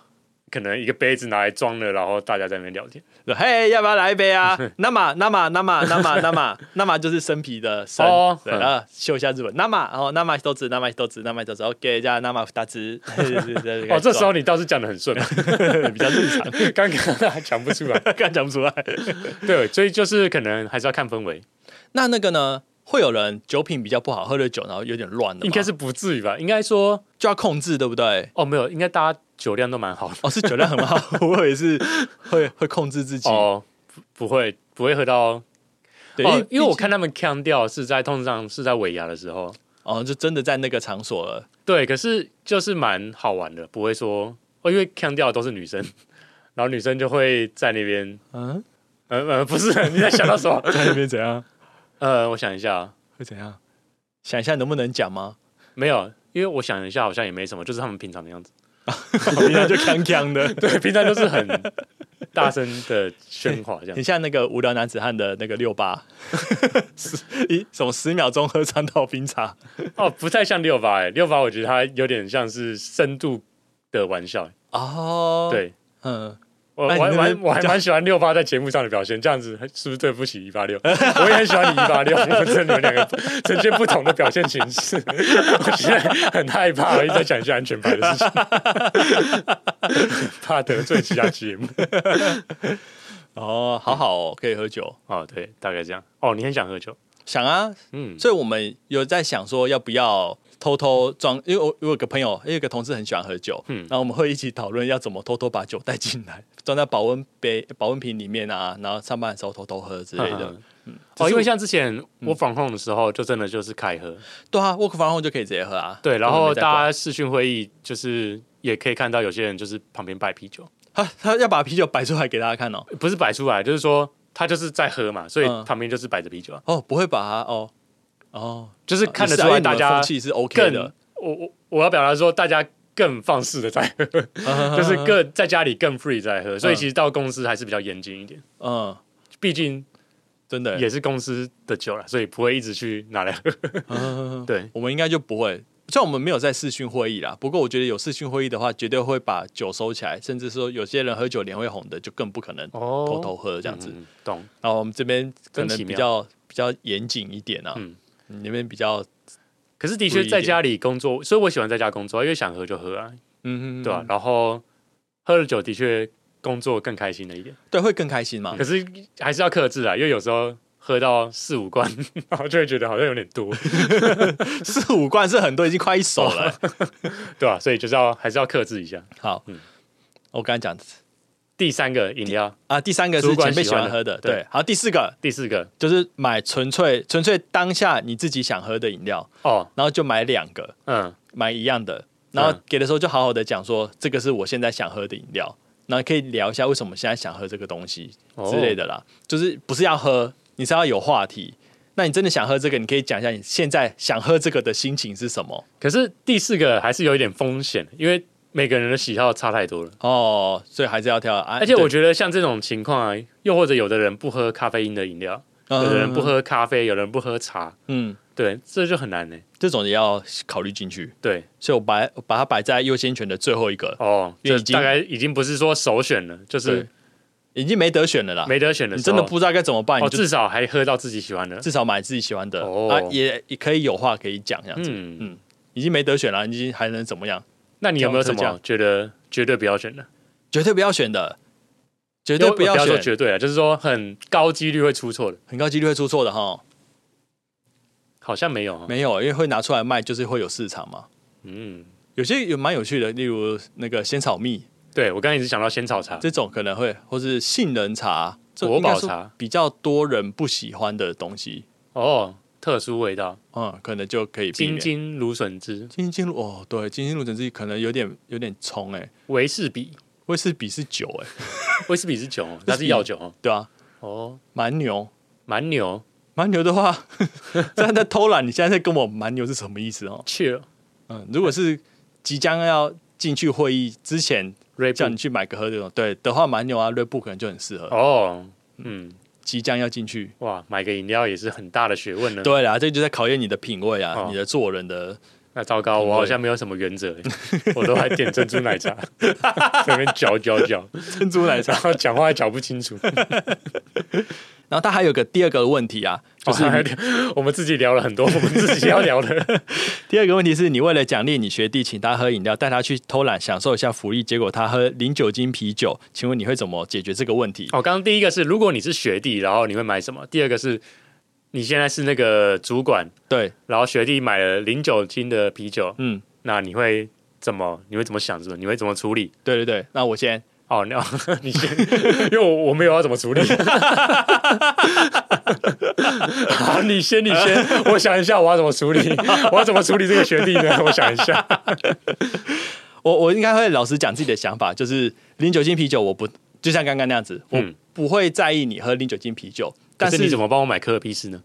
可能一个杯子拿来装了，然后大家在那边 (laughs) 聊天。嘿，要不要来一杯 (laughs) 啊？那么，那么，那么，那么，那么，那么就是生啤的生哦，对，然后秀一下日文。那么，哦，那么一つ，那么一つ，那么一つ，OK，加那么二つ。 (laughs) 哦，哦这时候你倒是讲的很顺，啊 (laughs) 比较日常，刚刚还讲不出来。 (laughs) 刚讲不出来。对，所以就是可能还是要看氛围，那那个呢？会有人酒品比较不好，喝了酒然后有点乱的吗，应该是不至于吧？应该说就要控制，对不对？哦，没有，应该大家酒量都 (laughs) 蛮好的。哦，是酒量很好，我也是会会控制自己。哦，不不会不会喝到对，哦，因为我毕看他们腔调是在通常是在尾牙的时候，竟哦，就真的在那个场所了。对，可是就是蛮好玩的，不会说哦，因为腔调都是女生， (laughs) 然后女生就会在那边，嗯，呃呃，不是你在想到什么？ (laughs) 在那边怎样？呃，我想一下啊，会怎样？想一下能不能讲吗？没有，因为我想一下好像也没什么，就是他们平常的 (laughs) 样子，平哦常就锵锵 (laughs) 的，对，平常就是很大声的喧哗这样很。像那个无聊男子汉的那个六八，十 (laughs) 一什么十秒钟喝长岛冰茶，哦，不太像六八哎，六八我觉得它有点像是深度的玩笑欸，哦，，对。嗯，我那我你那还蛮边我还这蛮喜欢六八在节目上的表现，这样子是不是对不起一八六？我也很喜欢你一八 (laughs) 六，我们这你们两个呈现不同的表现形式。我现在很害怕，我一直在讲一些安全牌的事情， (laughs) 怕得罪其他节目。哦，好好哦，可以喝酒，哦，对，大概这样。哦，你很想喝酒？想啊，嗯，所以我们有在想说要不要偷偷装，因为我我有个朋友，有一个同事很喜欢喝酒，嗯嗯，然后我们会一起讨论要怎么偷偷把酒带进来，装在保温杯、保温瓶里面啊，然后上班的时候偷偷喝之类的，嗯。哦，因为像之前我嗯访控的时候，就真的就是开喝，对啊，work from home 就可以直接喝啊，对，然后大家家视讯会议就是也可以看到有些人就是旁边摆啤酒，呃他他要把啤酒摆出来给大家看哦。不是摆出来，就是说他就是在喝嘛，所以嗯旁边就是摆着啤酒啊。哦，不会把它哦，哦，就是看得是啊出因为来你们大家风气是 OK 更的，我我我要表达说，大家更放肆的在 (laughs) 喝，就就是更在家里更 free 在喝，所以嗯其实到公司还是比较严谨一点，嗯，毕竟真的耶也是公司的酒了，所以不会一直去拿来喝。嗯对，我们应该就不会。虽然我们没有在视讯会议啦，不过我觉得有视讯会议的话，绝对会把酒收起来，甚至说有些人喝酒脸会红的，就更不可能哦偷偷喝这样子。嗯懂？然后我们这边可能真奇比妙较比较严谨一点啊，嗯你那边比较可是的注意确一在点家里工作，所以我喜欢在家工作，因为想喝就喝啊，嗯对吧、然后喝了酒的确工作更开心了一点，对，会更开心 (laughs) 嘛可。是还是要克制啊，因为有时候喝到四五罐， (laughs) 然后就会觉得好像有点多，四五罐是很多，已经快一手 (laughs) 了欸、对吧、所以就是要还是要克制一下。好，哦嗯我刚才讲第三个饮料，啊，第三个是主管前辈喜喜欢欢的喝的，对对。好，第四个第四个就是买纯粹纯粹当下你自己想喝的饮料，哦，然后就买两个，嗯，买一样的，然后嗯给的时候就好好的讲说，这个是我现在想喝的饮料，然后可以聊一下为什么现在想喝这个东西之类的哦啦。就是不是要喝，你是要有话题。那你真的想喝这个，你可以讲一下你现在想喝这个的心情是什么可是第四个还是有一点风险，因为每个人的喜好差太多了。哦。所以还是要挑啊，而且我觉觉得像这种情况啊，又或者有的人不喝咖啡因的饮料，得有的人不，喝咖啡，有人不喝茶，嗯，对，这就很难呢、这种也要考虑进去。对，所以我把我把它摆在优先权的最后一个，哦，因为就已经大概已经不是说首选了，就是对已经没得选了啦。没得选啊的你时真候。的不知道该怎么办，哦，你就至少还喝到自己喜欢的。至少买自己喜欢的哦啊，也也可以有话可以讲这样子。嗯，已经没得选了，你已经还能怎么样？那你有没有什这样么觉得绝对不要选的？绝对不要选的，绝对不要说选，绝对啊，就是说很高几率会出错的，很高几率会出错的哈。好像没有哦。没有，因为会拿出来卖，就是会有市场嘛。嗯，有些有蛮有趣的，例如那个仙草蜜对我刚才一直想到仙草茶，这种可能会，或是杏仁茶、这国宝应该说茶比较多人不喜欢的东西，哦，特殊味道，嗯，可能就可以避金免。金芦笋汁，金金露哦，对，金金露整自己可能有点有点冲哎、威士比，威士比是酒哎、威士比是酒哦，它是药酒哦对啊，哦，蛮牛，蛮牛蛮牛的话， (laughs) 现在在偷懒，你现在在跟我蛮牛是什么意思哦？ ，chill，嗯，如果是即将要进去会议之前瑞叫你去买个喝这种，对的话，蛮牛啊，瑞布可能就很适合。哦，嗯，即将要进去，哇，买个饮料也是很大的学问呢。对啦，这就在考验你的品味啊，哦你的做人的。 (laughs) 那糟糕，我好像没有什么原则， (laughs) 我都还点珍珠奶茶， (laughs) 在那边嚼嚼嚼，珍珠奶茶。然后讲话还讲不清楚。然后它还有个第二个问题啊，就就是是、我们自己聊了很多，我们自己要聊的。第二个问题是你为了奖励你学弟，请他喝饮料，带他去偷懒享受一下福利，结果他喝零酒精啤酒，请问你会怎么解决这个问题？哦，刚刚第一个是如果你是学弟，然后你会买什么？第二个是你现在是那个主管，对，然后学弟买了零酒精的啤酒，嗯，那你会怎么？你会怎么想着？你会怎么处理？对对对，那我先。哦，那 (laughs) 你先，因为我我没有要怎么处理。 (laughs) 好，你先，你先，我想一下我要怎么处理，我要怎么处理这个学弟呢？我想一下。我我应该会老实讲自己的想法，就是零酒精啤酒我不就像刚刚那样子，我嗯不会在意你喝零酒精啤酒， (laughs) 但可是你怎么帮我买科尔必斯呢？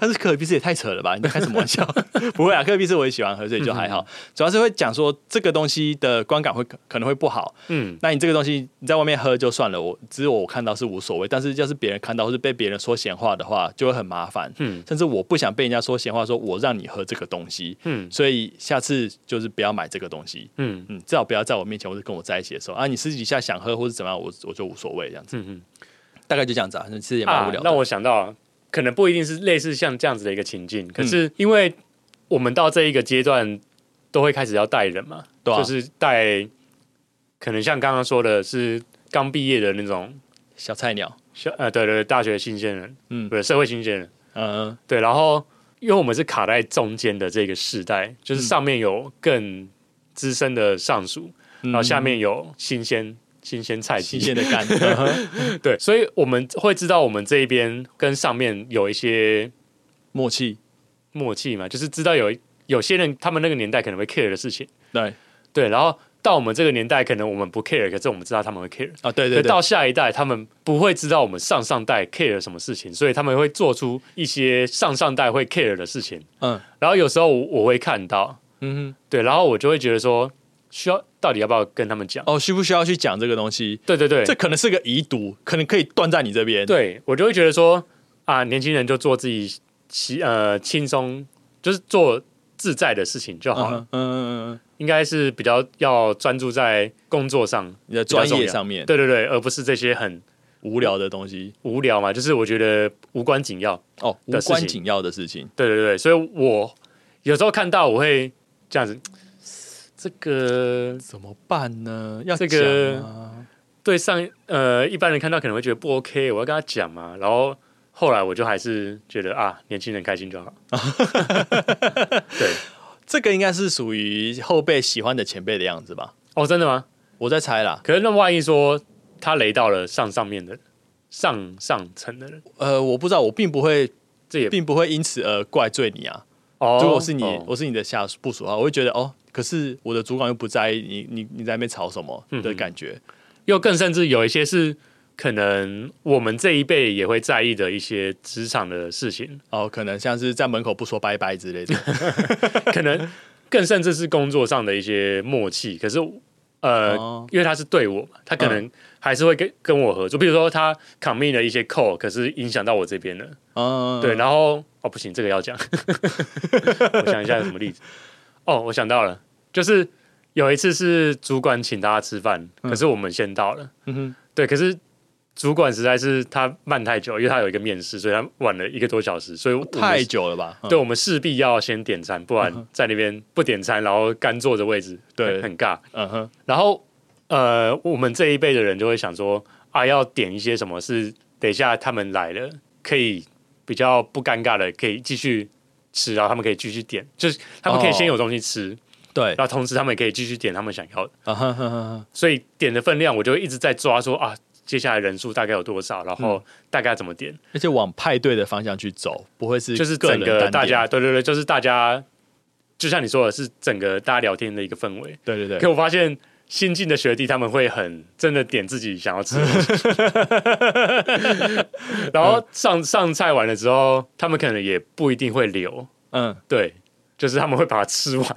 但是可尔必斯也太扯了吧？你在开什么玩 (laughs) 笑？不会啊，可尔必斯我也喜欢喝，所以就还嗯好。主要是会讲说这个东西的观感会可可能会不好。嗯，那你这个东西你在外面喝就算了，我只有我看到是无所谓，但是要是别人看到或是被别人说闲话的话，就会很麻烦。嗯甚至我不想被人家说闲话，说我让你喝这个东西，嗯所以下次就是不要买这个东西。嗯嗯，至少不要在我面前或者跟我在一起的时候啊，你私底下想喝或者怎么样，我我就无所谓这样子，嗯嗯。大概就这样子啊，其实也蛮啊无，聊的。让我想到，可能不一定是类似像这样子的一个情境，可是因为我们到这一个阶段，都会开始要带人嘛，对啊就是带，可能像刚刚说的是刚毕业的那种小菜鸟，小呃，对对对，大学新鲜人，嗯对，社会新鲜人，嗯、呃，对，然后因为我们是卡在中间的这个世代，嗯就是上面有更资深的上属，嗯然后下面有新鲜新鲜菜新鸡，鲜的干，嗯哼对，所以我们会知道我们这一边跟上面有一些 (laughs) 默契，默契嘛，就是知道有有些人他们那个年代可能会 care 的事情，对，对，然后到我们这个年代，可能我们不 care，可是我们知道他们会 care。啊，对可对到对，下一代，他们不会知道我们上上代 care 什么事情，所以他们会做出一些上上代会 care 的事情。嗯然后有时候我我会看到，嗯对，然后我就会觉得说，需要到底要不要跟他们讲？哼，哦，需不需要去讲这个东西？对对对，这可能是个遗毒，可能可以断在你这边。对我就会觉得说啊，年轻人就做自己其呃轻松，就是做自在的事情就嗯好哼，了。嗯嗯嗯嗯，应该是比较要专注在工作上，你的专比较重业要上面对对对，而不是这些很无聊的东西无聊嘛，就是我觉得无关紧要。哦，无的事关情紧要的事情。对对对，所以我有时候看到我会这样子，这个怎么办呢？要这个讲啊吗对上呃一般人看到可能会觉得不 OK，我要跟他讲嘛，然后。后来我就还是觉得啊，年轻人开心就 (laughs) 好。对，这个应该是属于后辈喜欢的前辈的样子吧？哦，真的吗？我在猜啦。可是那万一说他雷到了上上面的上上层的人，呃，我不知道，我并不会，这也并不会因此而怪罪你啊。哦，如果是你，哦我是你的下属部署的话，我会觉得哦，可是我的主管又不在意你，你你在那边吵什么嗯的哼感觉。又更甚至有一些是可能我们这一辈也会在意的一些职场的事情，哦，可能像是在门口不说拜拜之类的。可能更甚至是工作上的一些默契。可是呃，哦嗯因为他是对我嘛，他可能还是会跟跟我合作。比如说他 commit 了一些 call，可是影响到我这边了。嗯，对，然后哦不行，这个要讲。 (laughs) 我想一下有什么例子。哦，我想到了，就是有一次是主管请大家吃饭，可是我们先到了。嗯哼，对，可是主管实在是他慢太久，因为他有一个面试，所以他晚了一个多小时，所以我们太久了吧？嗯嗯对，我们势必要先点餐，不然在那边不点餐，然后干坐着位置，对很很尬。嗯哼，然后呃，我们这一辈的人就会想说啊，要点一些什么是等一下他们来了可以比较不尴尬的，可以继续吃，然后他们可以继续点，就是他们可以先哦有东西吃，对，然后同时他们也可以继续点他们想要的。啊哈哈哈，所以点的分量我就会一直在抓说啊，接下来人数大概有多少，然嗯后大概怎么点，而且往派对的方向去走，不会是就是个整人单个点大家对对对，就是大家就像你说的是整个大家聊天的一个氛围。对对对可，我发现新进的学弟他们会很真的点自己想要吃的东西， (laughs) 然嗯后上上菜完了之后，他们可能也不一定会留，嗯对，就是他们会把它吃完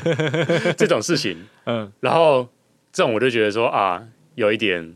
(laughs) 这种事情，嗯然后这种我就觉得说啊，有一点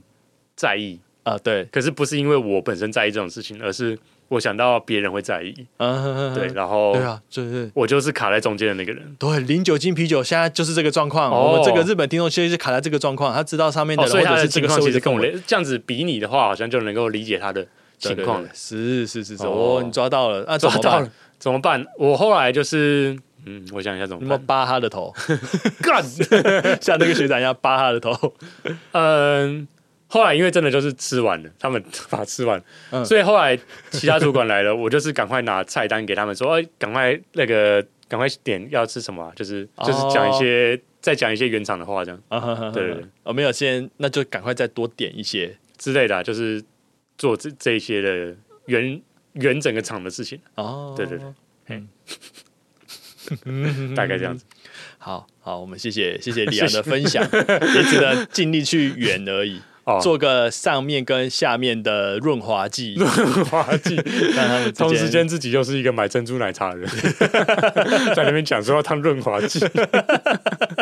在意，啊，对，可是不是因为我本身在意这种事情，而是我想到别人会在意，嗯哼哼哼对，然后对啊，对对我就是卡在中间的那个人。对，零酒精啤酒现在就是这个状况。哦我们这个日本听众其实是卡在这个状况，他知道上面的哦，人、所以啊或他者的是这情个况社其会实的跟氛我围类这样子比你的话，好像就能够理解他的情况对对了对。是是是是，哦哦，你抓到了，那、啊、抓怎么到办了，怎么办？我后来就是，嗯，我想一下怎你么们办。扒他的头， (laughs) 干， (laughs) 像那个学长一样扒他的头。 (laughs) 嗯，后来因为真的就是吃完了，他们把它吃完，嗯所以后来其他主管来了， (laughs) 我就是赶快拿菜单给他们说，哎，赶快那个，赶快点要吃什么啊、就是就是讲一些、再讲一些原厂的话这样啊哈哈哈对对对哦，没有，先那就赶快再多点一些。之类的啊、就是做这这一些的原原整个厂的事情，哦，对对对，嗯，大概这样子。好好，我们谢谢 (laughs) 谢谢李阳的分享，也只能尽力去圆而已，哦，做个上面跟下面的润滑剂，滑稽。 (laughs) 让他们之同时间自己又是一个买珍珠奶茶的人， (laughs) 在那边讲说要烫润滑剂， (laughs)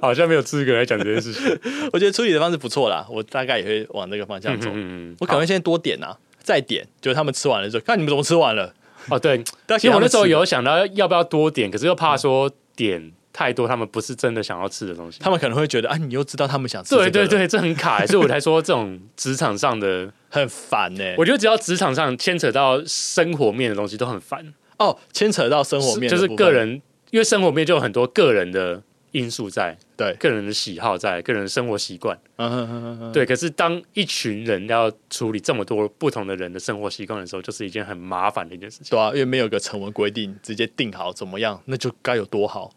好像没有资格来讲这件事情。我觉得处理的方式不错啦，我大概也会往那个方向走。嗯，我可能会先多点啊，再点，就是他们吃完了就看你们怎么吃完了。哦对，但其实我那时候有想到要不要多点，可是又怕说点太多，他们不是真的想要吃的东西。他们可能会觉得啊，你又知道他们想吃、对对，对，这很卡、 (laughs) 所以我才说这种职场上的，很烦呢、我觉得只要职场上牵扯到生活面的东西都很烦，哦，牵扯到生活面就的是部分个人，因为生活面就有很多个人的因素在，对，个人的喜好在，个人的生活习惯。嗯哼哼哼哼对，可是当一群人要处理这么多不同的人的生活习惯的时候，就是一件很麻烦的一件事情。对啊，因为没有个成文规定，直接定好怎么样，那就该有多好。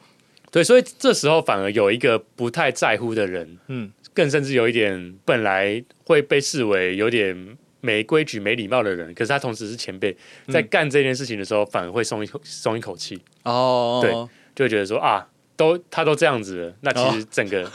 对，所以这时候反而有一个不太在乎的人，嗯，更甚至有一点本来会被视为有点没规矩、没礼貌的人，可是他同时是前辈，嗯在干这件事情的时候，反而会松一口松一口气，哦，对就会觉得说啊，都他都这样子了，那其实整个、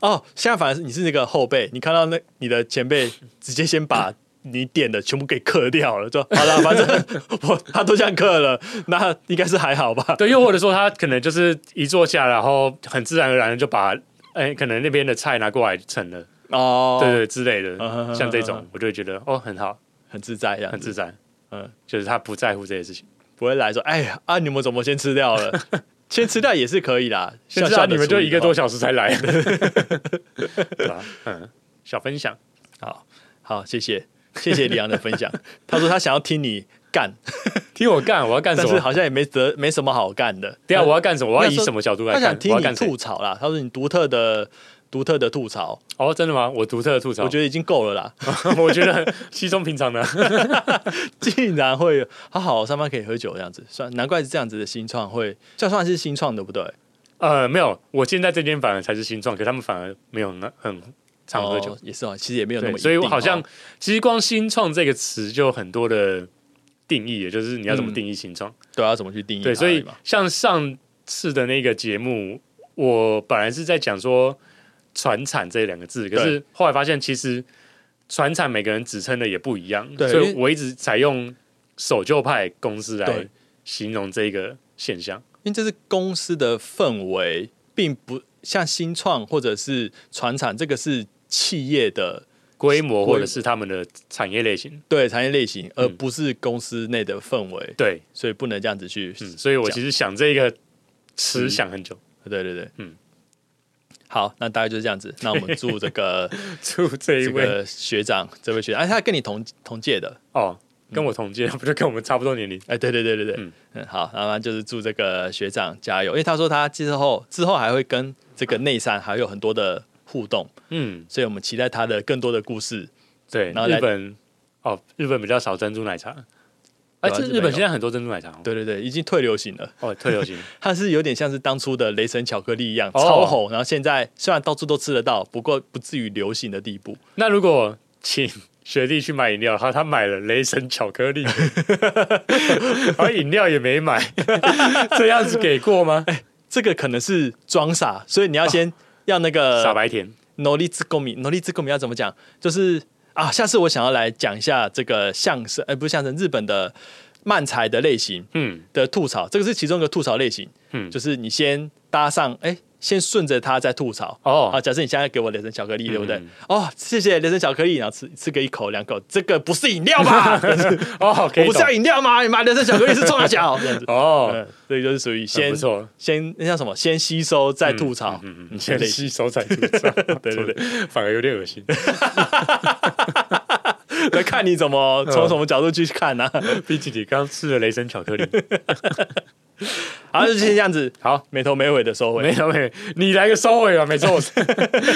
哦，现在反而是你是那个后辈，你看到那你的前辈直接先 (laughs) 把你点的全部给刻掉了，说好了，反正我他都这样刻了，那应该是还好吧？对，又或者说他可能就是一坐下，然后很自然而然的就把哎、可能那边的菜拿过来盛了，哦，对对之类的，嗯哼像这嗯哼种我就会觉得哦很好，很自在，这样很子，自在，嗯，就是他不在乎这些事情。不会来说，哎呀啊，你们怎么先吃掉 (laughs) 了？先吃掉也是可以啦，现像在你们就一个多小小时才来， (laughs) 对吧？嗯，小分享，好好，谢谢谢谢李阳的分 (laughs) 享，他说他想要听你干，听我干，我要干什但是么？好像也没得没什么好干的，对啊，我要干什么？我要以什么角度来他看想？我听要你干谁吐？槽啦，他说你独特的独特的吐槽，哦，真的吗？我独特的吐槽，我觉得已经够了啦。 (laughs) 得我觉得稀松平常的。 (laughs) 竟然会有好好上班可以喝酒这样子，算难怪是这样子的新创会，就算是新创对不对？ (laughs) 呃，没有，我现在这边反而才是新创，可他们反而没有那很常喝酒哦，也是哦，其实也没有那对，么一定哦，所以我好像其实光“新创”这个词就有很多的定义，也就是你要怎么嗯定义新创。对啊，要怎么去定义它而对，已嘛？所以像上次的那个节目，我本来是在讲说“传产”这两个字，可是后来发现其实“传产”每个人指称的也不一样，对所因以为我一直采用守旧派公司来对形容这个现象。因为这是公司的氛围，并不像新创或者是传产，这个是企业的规模规或者是他们的产业类型，对产业类型，而嗯不是公司内的氛围，对，所以不能这样子去。嗯，所以我讲其实想这个词嗯想很久， (laughs) 对对对，嗯。好，那大概就是这样子。那我们祝这 (laughs) 个祝这一这位个学长，这位学长，哎、他跟你同同届的，哦，跟我同届，不就跟我们差不多年龄？哎，对对对对对，嗯嗯好，那么就是祝这个学长加油，因为他说他之后之后还会跟这个内山还有很多的互动，嗯，所以我们期待他的更多的故事。对，然后来日本哦，日本比较少珍珠奶茶，对哎、啊这日本日本现有在很多珍珠奶茶哦，对对对，已经退流行了，哦，特流行，他是有点像是当初的雷神巧克力一样、哦超红，然后现在虽然到处都吃得到，不过不至于流行的地步。 (laughs) 那如果请学弟去买饮料，他他买了雷神巧克 (laughs) 力，而饮料也没买，这样子给过吗？这个可能是装傻，所以你要先要那个啊哎傻白甜，努力之公民，努力之公民要怎么讲？就是啊，下次我想要来讲一下这个相声，呃，不是相声，日本的漫才的类型。嗯的吐槽，这个是其中一个吐槽类型，嗯，就是你先搭上，哎、先顺着它再吐槽。啊，哦，假设你现在给我雷神巧克力，对不对嗯？哦，谢谢雷神巧克力，然后吃吃个一口两口，这个不是饮料 (laughs) 吧？但是哦，可我以不是懂要饮料吗？你买雷神巧克力是冲他脚 (laughs) 这样子。哦，嗯，所以就是属于很先不错，先那叫什么？先吸收再吐槽，嗯嗯嗯嗯，先类型 (laughs) 吸收再吐槽，对对对，反而有点 (laughs) 恶心，来看你怎 (laughs) 么从嗯什么角度去看啊呢？毕竟你刚吃了雷神巧克 (laughs) 力。好，就先这样子，好，没头没尾的收尾。没有没有，你来个收尾吧，(laughs) 没错，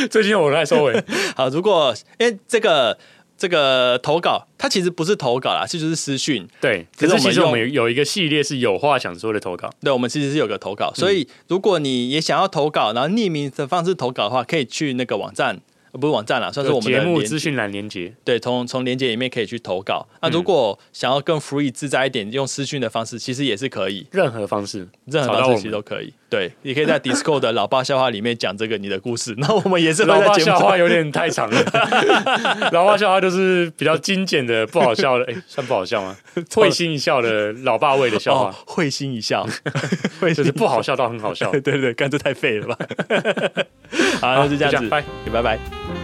最近我来收尾。好，如果因为这个这个投稿，它其实不是投稿啦，这就是私讯。对，可是可是我们其实我们用有有一个系列是有话想说的投稿，对，我们其实是有个投嗯稿，所以如果你也想要投稿，然后匿名的方式投稿的话，可以去那个网站，呃不是网站啦，算是我们节的目连资讯栏连接。对，从从链接里面可以去投稿。那嗯如果想要更 free 自在一点，用私讯的方式，其实也是可以，任何方式，任何找到方我式们其实都可以。对，你可 (laughs) 以在 Discord 的老爸笑话里面讲这个你的故事， (laughs) 那我们也是会老在话节目笑中 (laughs) 话有点太长了， (laughs) 老话笑话就是比较精简的，不好笑的，哎，算不好笑吗？会心一笑的老爸味的笑哦话，会心一 (laughs) 笑，会就心是不 (laughs) 好笑到很好笑对 (laughs) 。(laughs) 对对，干这太废了吧。好，那就这样就这子，样拜拜拜。拜